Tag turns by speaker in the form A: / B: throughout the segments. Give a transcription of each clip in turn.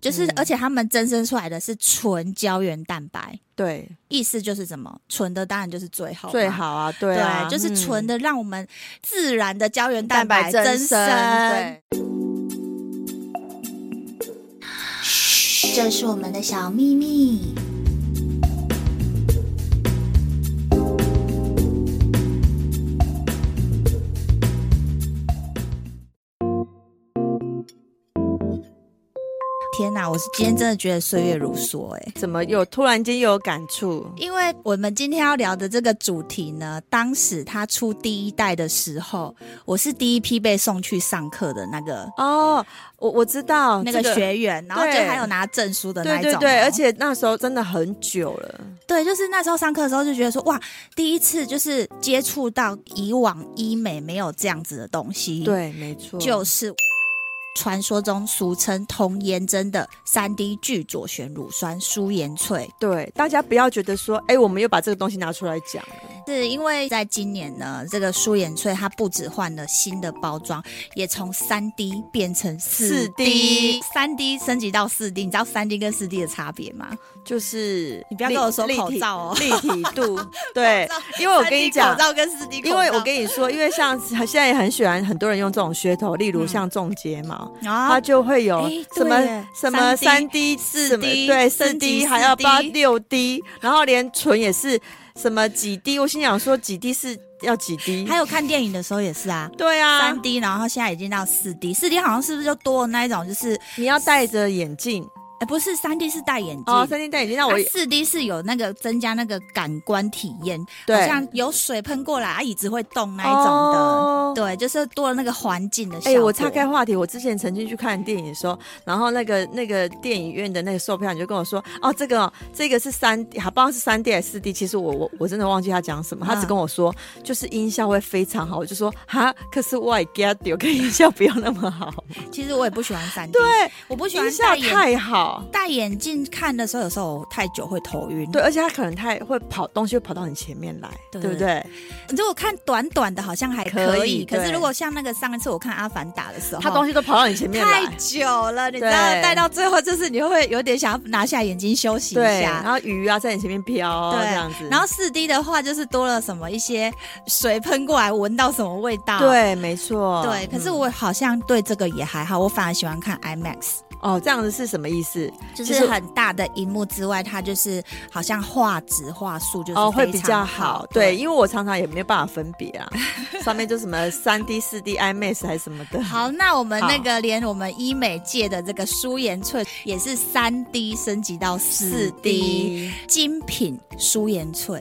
A: 就是，
B: 嗯
A: 而且他们增生出来的是纯胶原蛋白，
B: 对，
A: 意思就是什么？纯的当然就是最好嘛，
B: 最好啊，对
A: 对
B: 啊，
A: 就是纯
B: 的
A: 的，让我们自然的胶原
B: 嗯蛋
A: 蛋
B: 白
A: 白
B: 增
A: 增
B: 生。
A: 生。
B: 对
A: 这是我们的小秘密。天哪！我是今天真的觉得岁月如梭哎、
B: 怎么有突然间又有感触？
A: 因为我们今天要聊的这个主题呢，当时他出第一代的时候，我是第一批被送去上课的那个、
B: 哦，我我知道
A: 那个
B: 哦这
A: 学员，然后就
B: 对
A: 还有拿证书的那
B: 对
A: 一种
B: 对
A: 哦、
B: 对，而且那时候真的很久了，
A: 对，就是那时候上课的时候就觉得说，哇，第一次就是接触到以往医美没有这样子的东西，，
B: 对，没错，
A: 就是传说中俗称童颜针的三 D 聚左旋乳酸舒颜萃，
B: 对，大家不要觉得说，哎、我们又把这个东西拿出来讲了，
A: 是因为在今年呢，这个舒颜萃它不止换了新的包装，也从三 D 变成四
B: 4D
A: 三 D 升级到四 D，你知道三 D 跟四 D 的差别吗？
B: 就是
A: 你不要
B: 立
A: 跟我说
B: 立
A: 口
B: 体
A: 罩哦
B: 立体度， 对
A: 口罩，
B: 因为哦我跟你
A: 3D
B: 讲
A: 口。罩跟四 D，
B: 因为我跟你说，因为像现在也很喜欢很多人用这种噱头，例如
A: 嗯
B: 像种睫毛，它
A: 啊，
B: 就会有
A: 哎
B: 什
A: 对
B: 么、
A: 耶
B: 什么
A: 3D
B: 三 D
A: 4D
B: 什么对四
A: 升级
B: D 还要
A: 4D
B: 八六 D，然后连唇也是什么几 D，我心想说几 D 是要几 D，
A: 还有看电影的时候也是啊。
B: 对啊
A: 三，D，然后现在已经到四 D，四 D 好像是不是就多了那一种，就是
B: 你要戴着眼镜
A: 哎、不是三 D 是戴眼镜，啊
B: 哦，三 D 戴眼镜，那我、
A: 四 D 是有那个增加那个感官体验，好
B: 对
A: 像有水喷过来，啊，椅子会动那一种的，
B: 哦
A: 对，就是多了那个环境的效
B: 哎、
A: 果。
B: 我岔开话题，我之前曾经去看电影的时候，然后那个那个电影院的那个售票，你就跟我说，哦，这个哦这个是三，还不知道是三 D 还是四 D，其实我我我真的忘记他讲什么，他
A: 嗯
B: 只跟我说、就是音效会非常好，我就说哈，可是我也 get 有个音效不要那么好，
A: 其实我也不喜欢三 D，
B: 对，
A: 我不喜
B: 音
A: 欢
B: 效
A: 戴眼
B: 太好，
A: 戴眼镜看的时候，有时候太久会头晕。
B: 对，，而且他可能太会跑东西会跑到你前面来，
A: 对
B: 对不对？
A: 如果看短短的，好像还
B: 可
A: 可
B: 以
A: 以，可是
B: 对
A: 如果像那个上一次我看《阿凡达》的时候，
B: 他东西都跑到你前面
A: 太
B: 来。
A: 久了，你知
B: 对
A: 道，戴到最后就是你会有点想要拿下眼睛休息一
B: 对，
A: 下。
B: 然后鱼啊在你前面飘，
A: 对
B: 这样子，
A: 然后四 D 的话，就是多了什么一些水喷过来，闻到什么味道。
B: 对，没错，
A: 对，可是
B: 嗯
A: 我好像对这个也还好，我反而喜欢看 IMAX，
B: 哦，这样子是什么意思？
A: 就
B: 就是
A: 是很大的荧幕之外，它就是好像画质画素就是
B: 哦，会
A: 非
B: 比
A: 常
B: 较
A: 好
B: 好，，对，因为我常常也没有办法分别啊， 上面就什么三 D、四 D、IMAX 还是什么的，
A: 好，那我们
B: 好
A: 那个连我们医美界的这个舒颜萃也是三 D 升级到四 D 精品舒颜萃，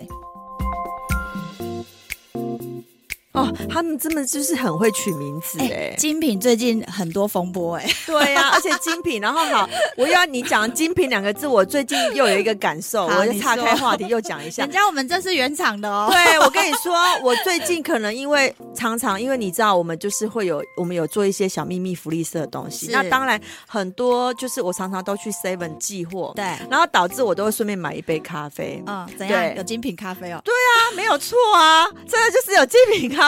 B: 哦，他们真的就是很会取名字哎、
A: 精品最近很多风波哎、
B: 对呀、而且精品，然后 好，我又要你讲精品两个字，我最近又有一个感受，
A: 好
B: 我就
A: 你
B: 岔
A: 说
B: 开话题又讲 一下
A: 人。家我们这是原厂的哦，
B: 对，我跟你说，我最近可能因为常常，因为你知道，我们就是会有我们有做一些小秘密福利社的东西。
A: 是
B: 那当然，很多就是我常常都去 Seven 寄货，
A: 对，
B: 然后导致我都会顺便买一杯咖啡。
A: 嗯，怎
B: 对
A: 样？有精品咖啡哦，
B: 啊，没有错啊，真的就是有精品咖啡。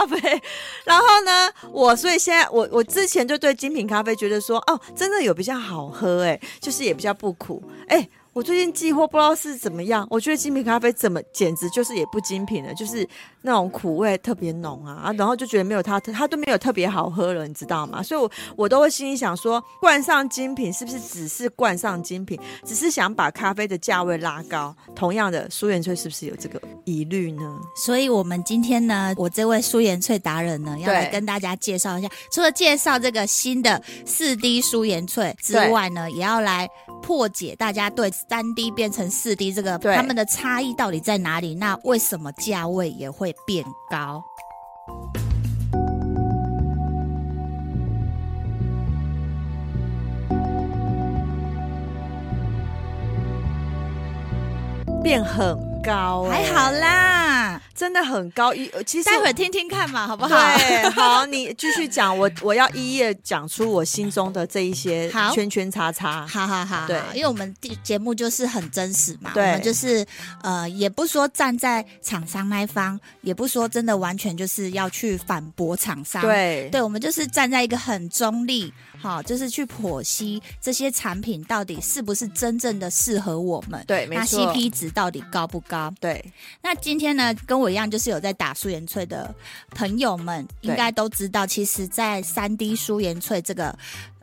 B: 然后呢，我所以现在我我之前就对精品咖啡觉得说，哦，真的有比较好喝、哎，就是也比较不苦，哎、我最近寄货不知道是怎么样，我觉得精品咖啡怎么简直就是也不精品了，就是那种苦味特别浓啊，啊然后就觉得没有它，它都没有特别好喝了，你知道吗？所以我我都会心里想说，冠上精品是不是只是冠上精品，只是想把咖啡的价位拉高？同样的，苏元翠是不是有这个疑虑呢？
A: 所以，我们今天呢，我这位舒颜萃达人呢，要来跟大家介绍一下。除了介绍这个新的四 D 舒颜萃之外呢，也要来破解大家对三 D 变成四 D 这个
B: 对
A: 它们的差异到底在哪里？那为什么价位也会变高？
B: 变很高、欸
A: 还好，啦，
B: 真的很高。一呃其实
A: 待会儿听听看嘛，好不好？
B: 对，好，你继续讲，我我要一一页讲出我心中的这一些
A: 好
B: 圈圈叉叉。
A: 好好好，
B: 对
A: 因为我们第节目就是很真实嘛，我
B: 对
A: 们就是呃，也不说站在厂商那一方，也不说真的完全就是要去反驳厂商，，
B: 对
A: 对，我们就是站在一个很中立，好，就是去剖析这些产品到底是不是真正的适合我们，
B: 对，没
A: 那
B: 错，
A: CP 值到底高不高？
B: 对
A: 那今天呢，跟我一样就是有在打舒颜萃的朋友们，
B: 对
A: 应该都知道，其实，在三 D 舒颜萃这个，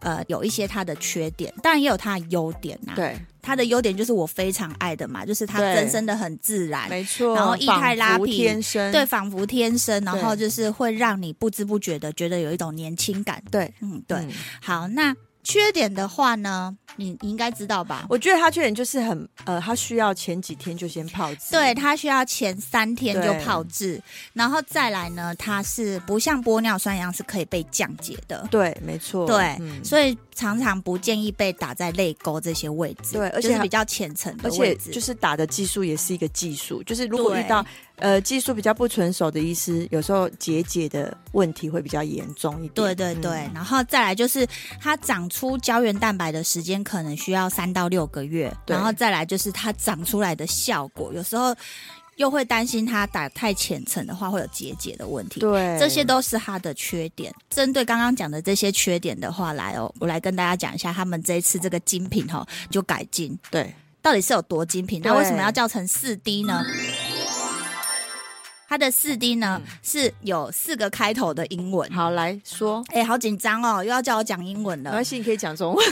A: 呃，有一些它的缺点，当然也有它的优点呐、
B: 对，
A: 它的优点就是我非常爱的嘛，就是它
B: 对
A: 增生的很自然。
B: 没错。
A: 然后易泰拉
B: 仿佛
A: 皮
B: 天生
A: 对，仿佛天生，然后
B: 对
A: 就是会让你不知不觉的觉得有一种年轻感。
B: 对
A: 嗯，对。
B: 嗯
A: 好，那缺点的话呢，你你应该知道吧？
B: 我觉得他缺点就是很呃，他需要前几天就先泡制。
A: 对，它需要前三天就
B: 对
A: 泡制，然后再来呢，它是不像玻尿酸一样是可以被降解的，
B: 对，没错。
A: 对，
B: 嗯
A: 所以常常不建议被打在泪沟这些位置，
B: 对而且
A: 就是
B: 还
A: 比较浅层的
B: 而且
A: 位置，
B: 就是打的技术也是一个技术，就是如果
A: 对
B: 遇到呃技术比较不纯熟的医师，有时候结节的问题会比较严重一点。嗯
A: 对对对，然后再来就是它长出胶原蛋白的时间可能需要三到六个月，
B: 对
A: 然后再来就是它长出来的效果，有时候又会担心它打太浅层的话会有结节的问题。
B: 对，
A: 这些都是它的缺点。针对刚刚讲的这些缺点的话，来哦，我来跟大家讲一下，他们这一次这个精品哈、哦、就改进，
B: 对
A: 到底是有多精品？那
B: 对
A: 为什么要叫成四 D 呢？它的四 D 呢、
B: 嗯
A: 是有四个开头的英文。
B: 好来说，
A: 哎、好紧张哦，又要叫我讲英文
B: 没
A: 了
B: 关。系，你可以讲中文。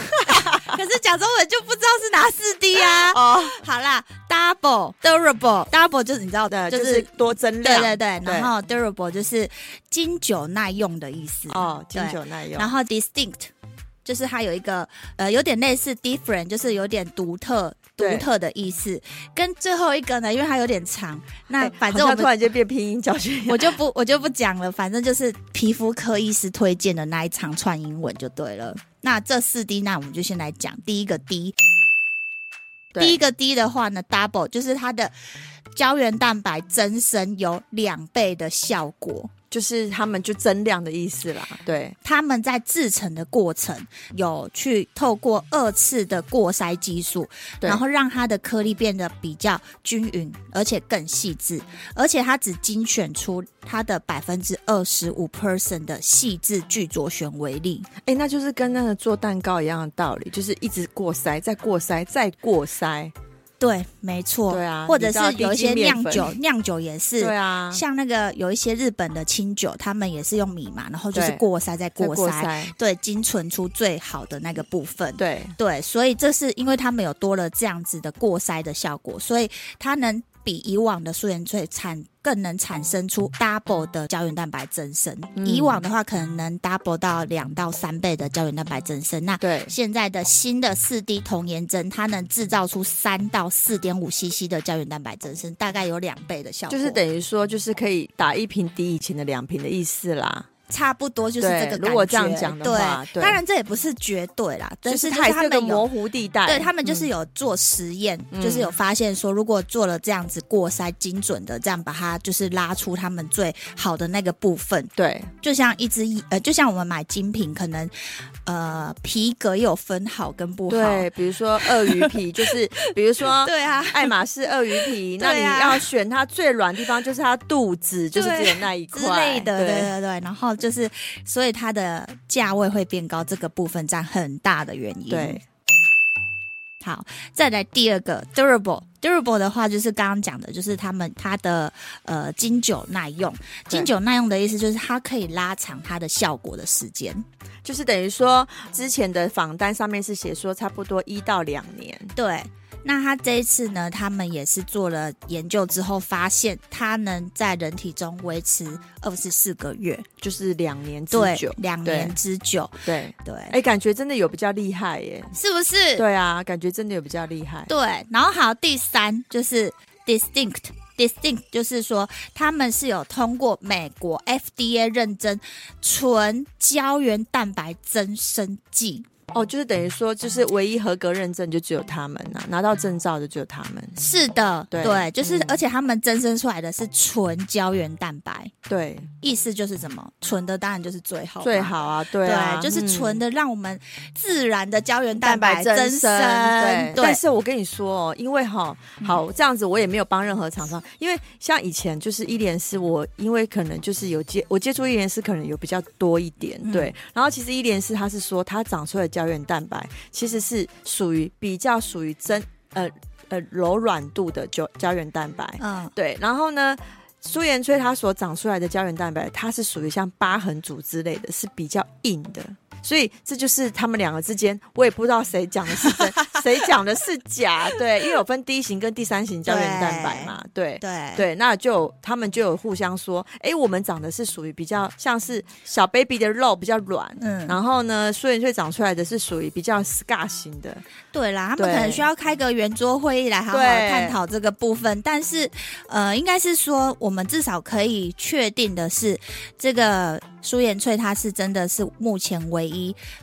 A: 可是讲中文就不知道是哪四 D 啊
B: 哦。
A: 好啦，double durable double 就是你知道
B: 对，
A: 的，
B: 就是多增
A: 对对
B: 量。
A: 对，然后 durable 就是经久耐用的意思。
B: 哦，经
A: 对
B: 久耐用
A: 然。后 distinct 就是它有一个呃有点类似 different，就是有点独特。独
B: 对
A: 特的意思，跟最后一个呢，因为它有点长，那
B: 哎
A: 反
B: 好
A: 正我
B: 像突
A: 们、
B: 然间变拼音教学一样，
A: 我就不我就不讲了，反正就是皮肤科医师推荐的那一场串英文就对了。那这四 D，那我们就先来讲第一个 D，
B: 对
A: 第一个 D 的话呢，double 就是它的胶原蛋白增生有两倍的效果，
B: 就是他们就增量的意思啦。对
A: 他们在制成的过程有去透过二次的过筛技术，
B: 对
A: 然后让它的颗粒变得比较均匀，而且更细致，而且它只精选出它的百分之二十五 percent 的细致聚左旋为例。
B: 哎、那就是跟那个做蛋糕一样的道理，就是一直过筛，再过筛，再过筛。
A: 对，没错，
B: 对啊
A: 或者
B: 你知道
A: 是
B: 低筋
A: 有一些
B: 面
A: 酿
B: 粉
A: 酒，酿酒也是。
B: 对啊，
A: 像那个有一些日本的清酒，他们也是用米嘛，然后就是
B: 对
A: 过筛再
B: 再
A: 过
B: 过
A: 筛，
B: 筛。
A: 对，精纯出最好的那个部分。
B: 对，
A: 对，所以这是因为他们有多了这样子的过筛的效果，所以它能比以往的素颜萃产更能产生出 double 的胶原蛋白增生。
B: 嗯
A: 以往的话，可能能 double 到两到三倍的胶原蛋白增生。那
B: 对，
A: 现在的新的四 D 童颜针，它能制造出三到四点五 CC 的胶原蛋白增生，大概有两倍的效果，
B: 就是等于说，就是可以打一瓶抵以前的两瓶的意思啦。
A: 差不多就是
B: 对
A: 这个感觉。
B: 如果这样讲的话对
A: 当然这也不是绝对啦，但
B: 就是它还
A: 他
B: 是个
A: 们有
B: 模糊地带。
A: 对他们就是有做实验，
B: 嗯
A: 就是有发现说，如果做了这样子过筛，精准的这样把它就是拉出他们最好的那个部分，
B: 对
A: 就像一只呃，就像我们买精品，可能呃皮革有分好跟不好，
B: 对，比如说鳄鱼 皮，就是比如说。
A: 对啊，
B: 爱马仕鳄鱼皮，那
A: 对
B: 你
A: 啊
B: 要选它最软的地方，就是它肚子，就是
A: 对
B: 只有那一块
A: 之类的，对
B: 对
A: 对对，然后就是所以它的价位会变高，这个部分占很大的原因。
B: 对，
A: 好，再来第二个 durable。durable 的话，就是刚刚讲的，就是他们它的呃经久耐用。
B: 对
A: 经久耐用的意思就是它可以拉长它的效果的时间。
B: 就是等于说之前的访单上面是写说差不多一到两年。
A: 对，那它这一次呢，他们也是做了研究之后，发现它能在人体中维持二十四个月，
B: 就是两年之
A: 对
B: 久，，
A: 两
B: 对
A: 年之久，
B: 对，
A: 对，
B: 哎、感觉真的有比较厉害耶。
A: 是不是？
B: 对啊，感觉真的有比较厉害。
A: 对，然后还有第三就是 distinct。distinct 就是说，他们是有通过美国 FDA 认证纯胶原蛋白增生剂，
B: 哦，就是等于说，就是唯一合格认证就只有他们呐、拿到证照的只有他们。
A: 是的，
B: 对
A: 就是、
B: 嗯
A: 而且他们增生出来的是纯胶原蛋白，
B: 对，
A: 意思就是什么？纯的当然就是最好嘛，
B: 最好啊，对
A: 对
B: 啊，
A: 就是纯
B: 嗯
A: 的，让我们自然的胶原
B: 蛋
A: 白
B: 白
A: 增
B: 增
A: 生，对
B: 对。
A: 嗯
B: 但，是我跟你说哦，因为哈，好这样子，我也没有帮任何厂商，因为像以前就是伊莲丝，我因为可能就是有接我接触伊莲丝，可能有比较多一点，
A: 嗯
B: 对。然后其实伊莲丝它是说它长出来的胶原蛋白其实是属于比较属于真呃呃柔软度的胶胶原蛋白，
A: 嗯，
B: 对，然后呢，苏颜萃它所长出来的胶原蛋白，它是属于像疤痕组织类的，是比较硬的。所以这就是他们两个之间，我也不知道谁讲的是 真，谁讲的是假。对，因为有分第一型跟第三型胶原蛋白嘛，对。
A: 对，
B: 对，那就有他们就有互相说，哎，我们长的是属于比较像是小 baby 的肉比较软，
A: 嗯，
B: 然后呢，苏颜萃长出来的是属于比较 scar 型的，
A: 对啦，他们可能
B: 对
A: 需要开个圆桌会议来好好地
B: 对
A: 探讨这个部分，但是呃，应该是说我们至少可以确定的是，这个舒颜萃它是真的是目前唯一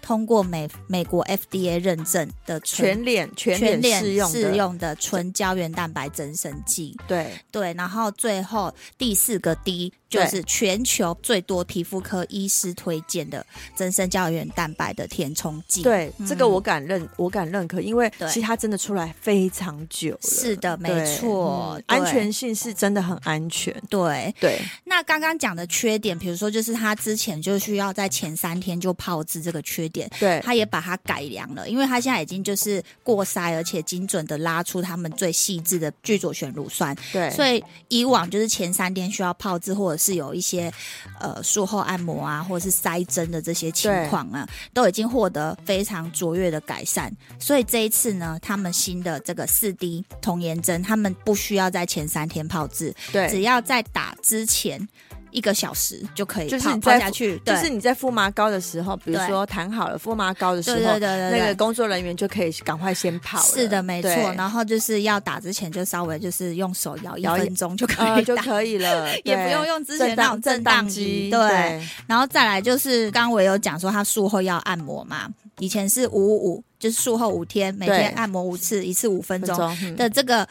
A: 通过美美国 FDA 认证的纯
B: 全脸全脸适用的，
A: 适用的纯胶原蛋白增生剂。
B: 对
A: 对，然后最后第四个 D 就
B: 对
A: 是全球最多皮肤科医师推荐的增生胶原蛋白的填充剂。。
B: 对，这个
A: 嗯
B: 我敢认，我敢认可，因为
A: 对
B: 其实它真的出来非常久了。
A: 是的，没
B: 对，
A: 错，
B: 嗯
A: 对
B: 安全性是真的很安全。
A: 对，
B: 对
A: 那刚刚讲的缺点，比如说就是他之前就需要在前三天就泡制这个缺点，
B: 对
A: 他也把它改良了，因为他现在已经就是过筛，而且精准的拉出他们最细致的聚左旋乳酸，
B: 对，
A: 所
B: 以
A: 以以往就是前三天需要泡制，或者是有一些呃术后按摩啊，或者是塞针的这些情况啊，都已经获得非常卓越的改善。所以这一次呢，他们新的这个四 D 童颜针，他们不需要在前三天泡制，只
B: 对，
A: 要在打之前一个小时就可以
B: 就是
A: 泡
B: 你
A: 泡
B: 在
A: 下去，
B: 就
A: 对
B: 是你在敷麻膏的时候，比如
A: 对
B: 说谈好了敷麻膏的时
A: 对
B: 候，
A: 对对对
B: 那个
A: 对。
B: 工作人员就可以赶快先泡了。
A: 是的，没错
B: 对。
A: 然后就是要打之前，就稍微就是用手摇一
B: 摇一
A: 分钟就可
B: 呃
A: 以
B: 就
A: 打，
B: 可以了，
A: 也
B: 对
A: 不用用之前
B: 震
A: 那
B: 荡
A: 种
B: 震
A: 震荡
B: 荡
A: 机
B: 机，
A: 对
B: 对
A: 然后再来就是，刚刚我有讲说他术后要按摩嘛，以前是五五五，就是术后五天，每天按摩五次，一次五分
B: 分
A: 钟
B: 钟嗯
A: 的这个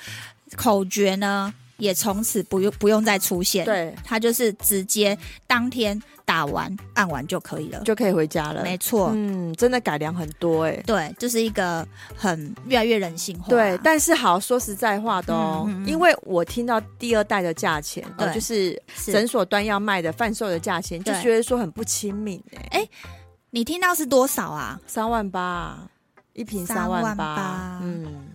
A: 口诀呢，也从此不用不用再出现。，
B: 对
A: 他就是直接当天打完按完就可以了。
B: 就可以回家了。
A: 没错，
B: 嗯，真的改良很多哎。
A: 对，就是一个很越来越人性化。
B: 对，但是好说实在话的哦，
A: 嗯嗯嗯
B: 因为我听到第二代的价钱，哦、
A: 对
B: 就是
A: 是
B: 诊所端要卖的贩售的价钱，就
A: 对
B: 觉得说很不亲民哎、
A: 哎你听到是多少啊？
B: 三万八一瓶，
A: 三
B: 三
A: 万八
B: 八，嗯，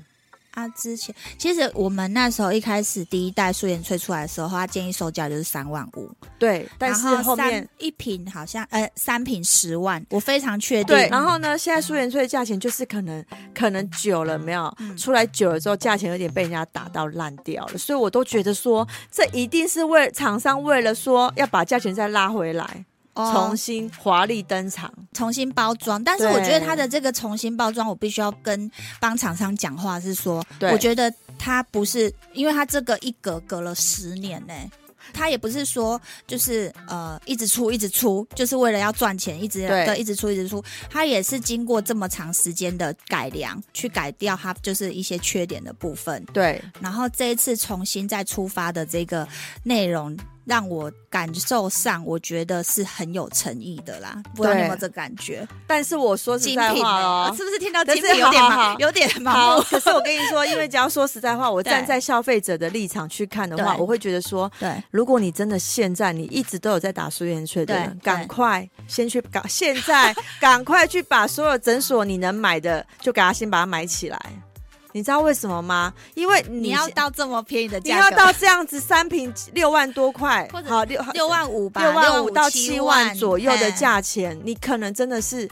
A: 啊，之前其实我们那时候一开始第一代素颜萃出来的时候，他建议售价就是三万五，
B: 对，但是
A: 然
B: 后
A: 三
B: 面。
A: 一瓶好像呃三瓶十万，我非常确定。
B: 对，然后呢？现在苏元税的价钱就是可能可能久了没有、
A: 嗯
B: 出来久了之后，价钱有点被人家打到烂掉了，所以我都觉得说，这一定是为厂商为了说要把价钱再拉回来，
A: 哦
B: 重新华丽登场。
A: 重新包装，但是
B: 对
A: 我觉得它的这个重新包装，我必须要跟帮厂商讲话，是说，
B: 对
A: 我觉得它不是，因为它这个一隔隔了十年呢、它也不是说就是呃一直出一直出，就是为了要赚钱，一直
B: 对
A: 对一直出一直出，它也是经过这么长时间的改良，去改掉它就是一些缺点的部分。
B: 对，
A: 然后这一次重新再出发的这个内容，让我感受上我觉得是很有诚意的啦。不知道你有没有这感觉？
B: 但是我说实
A: 精
B: 在
A: 品、
B: 话
A: 欸，
B: 哦
A: 是。不是听到精
B: 但是
A: 品有点
B: 好
A: 盲
B: 好 好
A: 有点盲
B: 好，
A: 目？
B: 可是我跟你说，因为只要说实在话，我
A: 对
B: 站在消费者的立场去看的话，
A: 对
B: 我会觉得说，
A: 对
B: 如果你真的现在你一直都有在打苏元税的
A: 对
B: 人
A: 对，
B: 赶快先去赶，现在赶快去把所有诊所你能买的，就给他先把它买起来。你知道为什么吗？因为你
A: 你要到这么便宜的
B: 你
A: 价
B: 要
A: 格，
B: 到这样子三瓶六万多块
A: 或，者
B: 好六
A: 六万五吧，
B: 六万五到
A: 七哎
B: 七万左右的
A: 嘿
B: 价钱，你可能真的是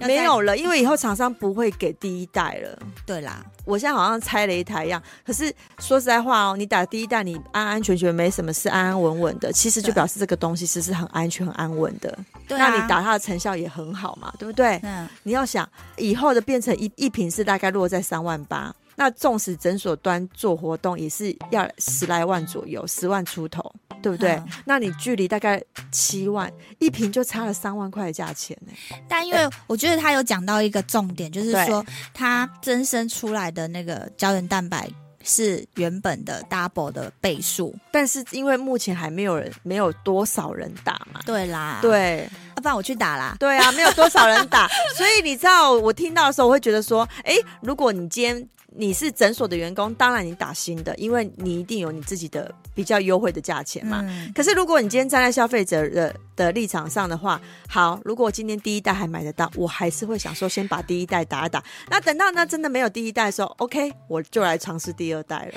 A: 要
B: 没
A: 再
B: 有了，因为以后厂商不会给第一代了。
A: 对啦，
B: 我现在好像拆了一台一样，可是说实在话哦，你打第一代，你安安全全没什么事，安安稳稳的，其实就
A: 对
B: 表示这个东西其实很安全、很安稳的。
A: 对啊
B: 那你打它的成效也很好嘛，对不对？
A: 嗯
B: 你要想以后的变成一一瓶是大概落在三万八，那纵使诊所端做活动也是要十来万左右，十万出头。对不对？
A: 嗯
B: 那你距离大概七万一瓶就差了三万块的价钱呢、
A: 但因为我觉得他有讲到一个重点，就是
B: 对
A: 说它增生出来的那个胶原蛋白是原本的 double 的倍数。
B: 但是因为目前还没有人，没有多少人打嘛。
A: 对啦，，
B: 对
A: 要不然我去打啦。
B: 对啊，没有多少人打，所以你知道我听到的时候，我会觉得说，哎，如果你今天你是诊所的员工，当然你打新的，因为你一定有你自己的比较优惠的价钱嘛。
A: 嗯，
B: 可是如果你今天站在消费者的的立场上的话，好，如果我今天第一代还买得到，我还是会想说先把第一代打一打。那等到那真的没有第一代的时候，OK，我就来尝试第二代了。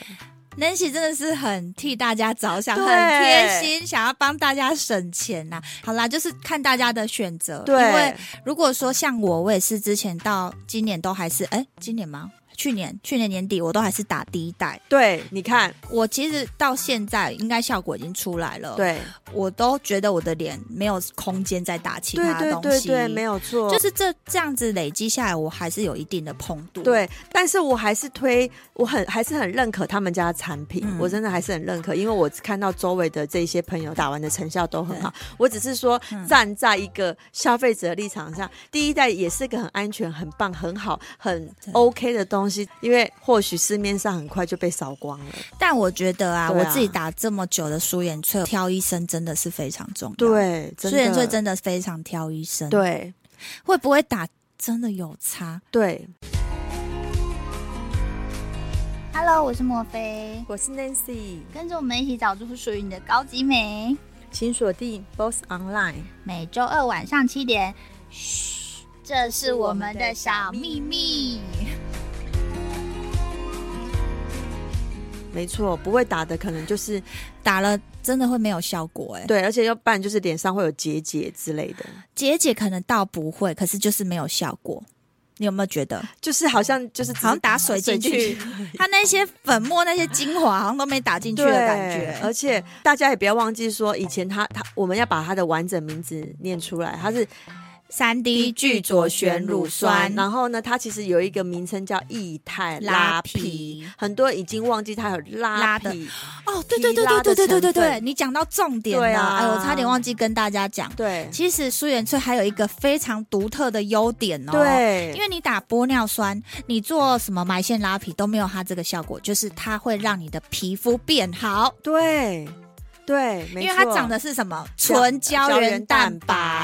A: Nancy 真的是很替大家着想，
B: 对
A: 很贴心，想要帮大家省钱呐、好啦，就是看大家的选择。因为
B: 对，
A: 如果说像我，我也是之前到今年都还是，哎，今年吗？去年去年年底我都还是打第一代，
B: 对，你看，
A: 我其实到现在应该效果已经出来了。，
B: 对，
A: 我都觉得我的脸没有空间再打其
B: 对
A: 他
B: 对
A: 东
B: 对
A: 西，
B: 对，没有错，
A: 就是这这样子累积下来，我还是有一定的蓬度。，
B: 对，但是我还是推，我很还是很认可他们家的产品，
A: 嗯
B: 我真的还是很认可，因为我看到周围的这些朋友打完的成效都很好。我只是说
A: 嗯
B: 站在一个消费者的立场上，第一代也是个很安全、很棒、很好、很
A: 对
B: OK 的东西，因为或许市面上很快就被扫光了。
A: 但我觉得啊，
B: 对啊
A: 我自己打这么久的舒颜萃，挑医生真的是非常重要。，
B: 对，真
A: 舒颜萃
B: 的，
A: 真的非常挑医生。，
B: 对
A: 会不会打真的有差
B: 对，
A: ？Hello，我是莫菲，
B: 我是 Nancy，
A: 跟着我们一起找出属于你的高级美。
B: 请锁定 Boss Online。
A: 每周二晚上七点，嘘，这
B: 是我们的小秘
A: 密。
B: 没错，不会打的可能就是
A: 打了真的会没有效果哎、
B: 对，而且要不然就是脸上会有结节之类的。
A: 姐姐可能倒不会，可是就是没有效果。你有没有觉 得，
B: 就是好像就是只是
A: 好像打水进去，它那些粉末、那些精华好像都没打进去
B: 对
A: 的感觉？
B: 而且大家也不要忘记说，以前他他我们要把他的完整名字念出来，他是
A: 三 D 聚左旋乳酸
B: 然后呢，它其实有一个名称叫液态拉
A: 拉
B: 皮。
A: 皮。
B: 很多人已经忘记它有拉
A: 拉的
B: 皮，
A: 哦，对对对
B: 皮拉
A: 对对
B: 的
A: 对对对
B: 成分
A: 对，你讲到重点
B: 对
A: 了。
B: 啊
A: 哎，我差点忘记跟大家讲，
B: 对
A: 其实舒颜萃还有一个非常独特的优点哦。。
B: 对，
A: 因为你打玻尿酸，你做什么埋线拉皮都没有它这个效果，就是它会让你的皮肤变好，
B: 对对，没
A: 因为它
B: 错
A: 长的是什么纯胶原蛋白。。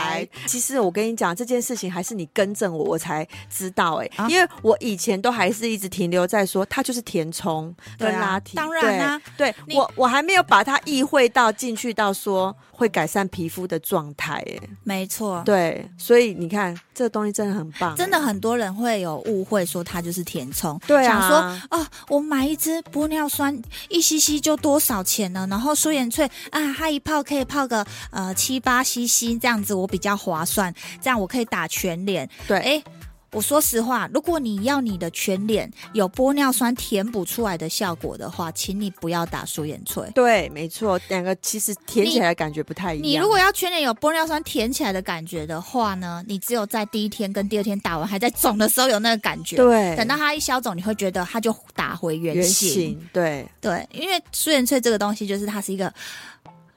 B: 其实我跟你讲这件事情，还是你更正我，我才知道哎、
A: 啊
B: 因为我以前都还是一直停留在说它就是填充跟
A: 对啊
B: 拉提，
A: 当然啦
B: 对，
A: 你
B: 对我我还没有把它意会到进去到说会改善皮肤的状态哎，
A: 没错，
B: 对，所以你看这个东西真的很棒，
A: 啊
B: 欸
A: 真的很多人会有误会，说它就是填充。
B: 对啊，
A: 想说哦，我买一支玻尿酸一 cc 就多少钱呢？然后舒颜萃啊，它一泡可以泡个呃七八 cc 这样子，我比较划算，这样我可以打全脸。
B: 对
A: 哎。我说实话，如果你要你的全脸有玻尿酸填补出来的效果的话，请你不要打舒颜萃。
B: 对，没错，两个其实填
A: 你
B: 起来感觉不太一样。
A: 你如果要全脸有玻尿酸填起来的感觉的话呢，你只有在第一天跟第二天打完还在肿的时候有那个感觉，
B: 对
A: 等到它一消肿，你会觉得它就打回
B: 圆
A: 原形。
B: 形，对
A: 对，因为苏颜萃这个东西，就是它是一个，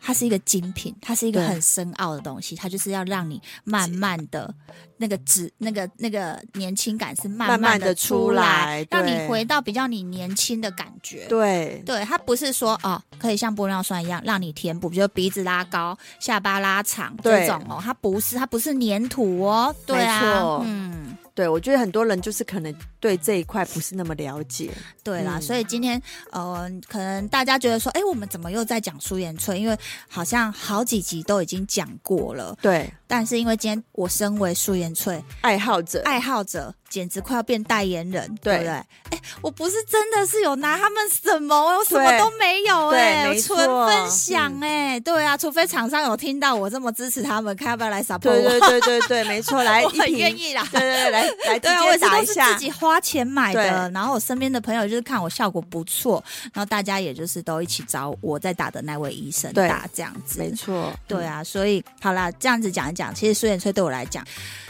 A: 它是一个精品，它是一个
B: 对
A: 很深奥的东西，它就是要让你慢慢的那个脂、那个那个年轻感是慢
B: 慢慢
A: 的
B: 地出
A: 出
B: 来
A: 让
B: 对
A: 你回到比较你年轻的感觉。
B: 对
A: 对，它不是说哦，可以像玻尿酸一样让你填补，比如说鼻子拉高、下巴拉长
B: 对
A: 这种哦，它不是，它不是粘土哦，对
B: 没
A: 啊
B: 错，
A: 嗯，
B: 对，我觉得很多人就是可能对这一块不是那么了解。
A: 对啦，
B: 嗯
A: 所以今天呃，可能大家觉得说，哎，我们怎么又在讲舒颜萃？因为好像好几集都已经讲过了，
B: 对，
A: 但是因为今天我身为舒颜萃
B: 爱好者，
A: 爱好者，简直快要变代言人，对
B: 对
A: 不对？哎，我不是真的是有拿他们什么，我什么
B: 对
A: 都没有
B: 对
A: 哎、
B: 没
A: 我纯
B: 错
A: 分享哎、对啊，除非厂商有听到我这么支持他们，看要不要来 support 我，
B: 对对对对对，没 错，来
A: 哦我
B: 一
A: 很
B: 瓶，
A: 愿意啦。
B: 对对 对，来来直
A: 对啊，我也
B: 接
A: 是
B: 打
A: 都
B: 一
A: 是
B: 下
A: 自，己花钱买的
B: 对。
A: 然后我身边的朋友就是看我效果不错，然后大家也就是都一起找我在打的那位医生
B: 对
A: 打这样子。
B: 没错，
A: 对啊，所以好啦，这样子讲一讲，其实舒颜萃对我来讲，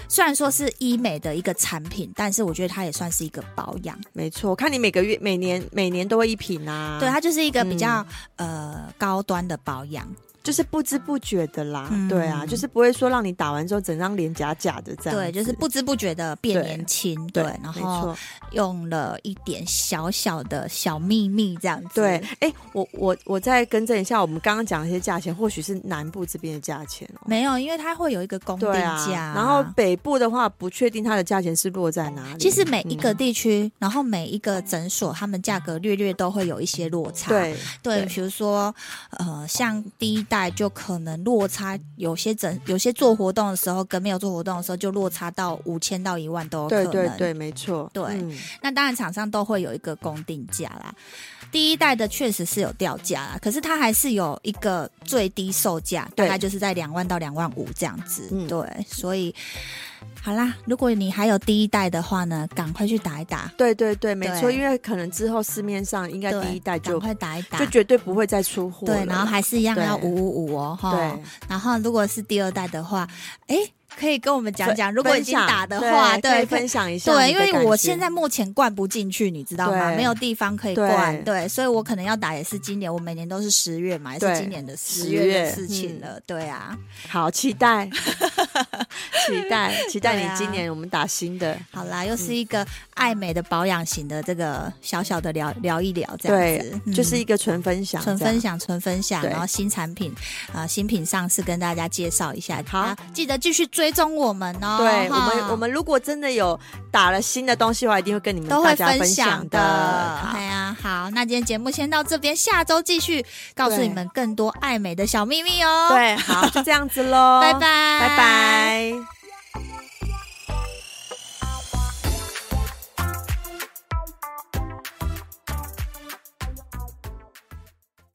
A: 虽然说是医美的一个产品，但是我觉得它也算是一个保养。
B: 嗯，没错。看你每个月、每年、每年都会一瓶啊，嗯
A: 对，它就是一个比较、呃高端的保养。
B: 就是不知不觉的啦，
A: 嗯
B: 对啊，就是不会说让你打完之后整张脸假假的这样子，
A: 对，就是不知不觉的变
B: 对
A: 年轻，对，
B: 对，
A: 然
B: 没
A: 后
B: 错
A: 用了一点小小的小秘密这样子，
B: 对，哎、我我我再更正一下，我们刚刚讲的一些价钱，或许是南部这边的价钱哦、
A: 没有，因为它会有一个公定
B: 对啊
A: 价，，
B: 然后北部的话，不确定它的价钱是落在哪里。
A: 其实每一个地区，然后每一个诊所，他们价格略略都会有一些落差。
B: 对
A: 对，
B: 对
A: 比如说，呃，像第一代就可能落差，有些诊有些做活动的时候跟没有做活动的时候就落差到五千到一万都有可
B: 对
A: 能。
B: 对对，没错，
A: 对
B: 嗯
A: 那当然厂商都会有一个公定价啦。第一代的确实是有掉价啦，可是它还是有一个最低售价，大
B: 对
A: 概就是在两万到两万五这样子。
B: 嗯
A: 对，所以好啦，如果你还有第一代的话呢，赶快去打一打。
B: 对对对，没错，
A: 对
B: 因为可能之后市面上应该
A: 对
B: 第一代
A: 赶
B: 就
A: 快打一打
B: 就。绝对不会再出货了
A: 对，
B: 啦，
A: 然后还是一样要
B: 对
A: 五五五哦，哈
B: 对。
A: 然后如果是第二代的话，哎，可以跟我们讲
B: 分
A: 讲，如果已经
B: 分享
A: 打的话，
B: 对，可
A: 对，
B: 以
A: 可以
B: 分享一下你的
A: 对，
B: 感
A: 因
B: 觉。
A: 为我现在目前灌不进去，你知道吗？
B: 对
A: 没有地方可以
B: 对
A: 灌，对，所以我可能要打也是今年，我每年都是十月嘛，也是
B: 对
A: 今年的十
B: 10
A: 月的
B: 月嗯
A: 事情了，对啊。
B: 好期待， 期待，期待
A: 对啊
B: 你今年我们打新的。
A: 好啦，又
B: 嗯
A: 是一个爱美的保养型的这个小小的聊聊一聊这样子，嗯
B: 就是一个纯分享，
A: 纯
B: 这样
A: 分享，纯分享，
B: 对
A: 然后新产品啊、呃新品上市跟大家介绍一下。
B: 好
A: 啊记得继续追踪我们哦。
B: 对我
A: 哈
B: 们，我们如果真的有打了新的东西的话，一定会跟你们
A: 都
B: 嗯大
A: 会
B: 家分
A: 享
B: 的。好
A: 哎呀、好，那今天节目先到这边，下周继续告诉
B: 对
A: 你们更多爱美的小秘密哦。，
B: 对，好，就这样子喽，
A: 拜拜，
B: 哦拜拜。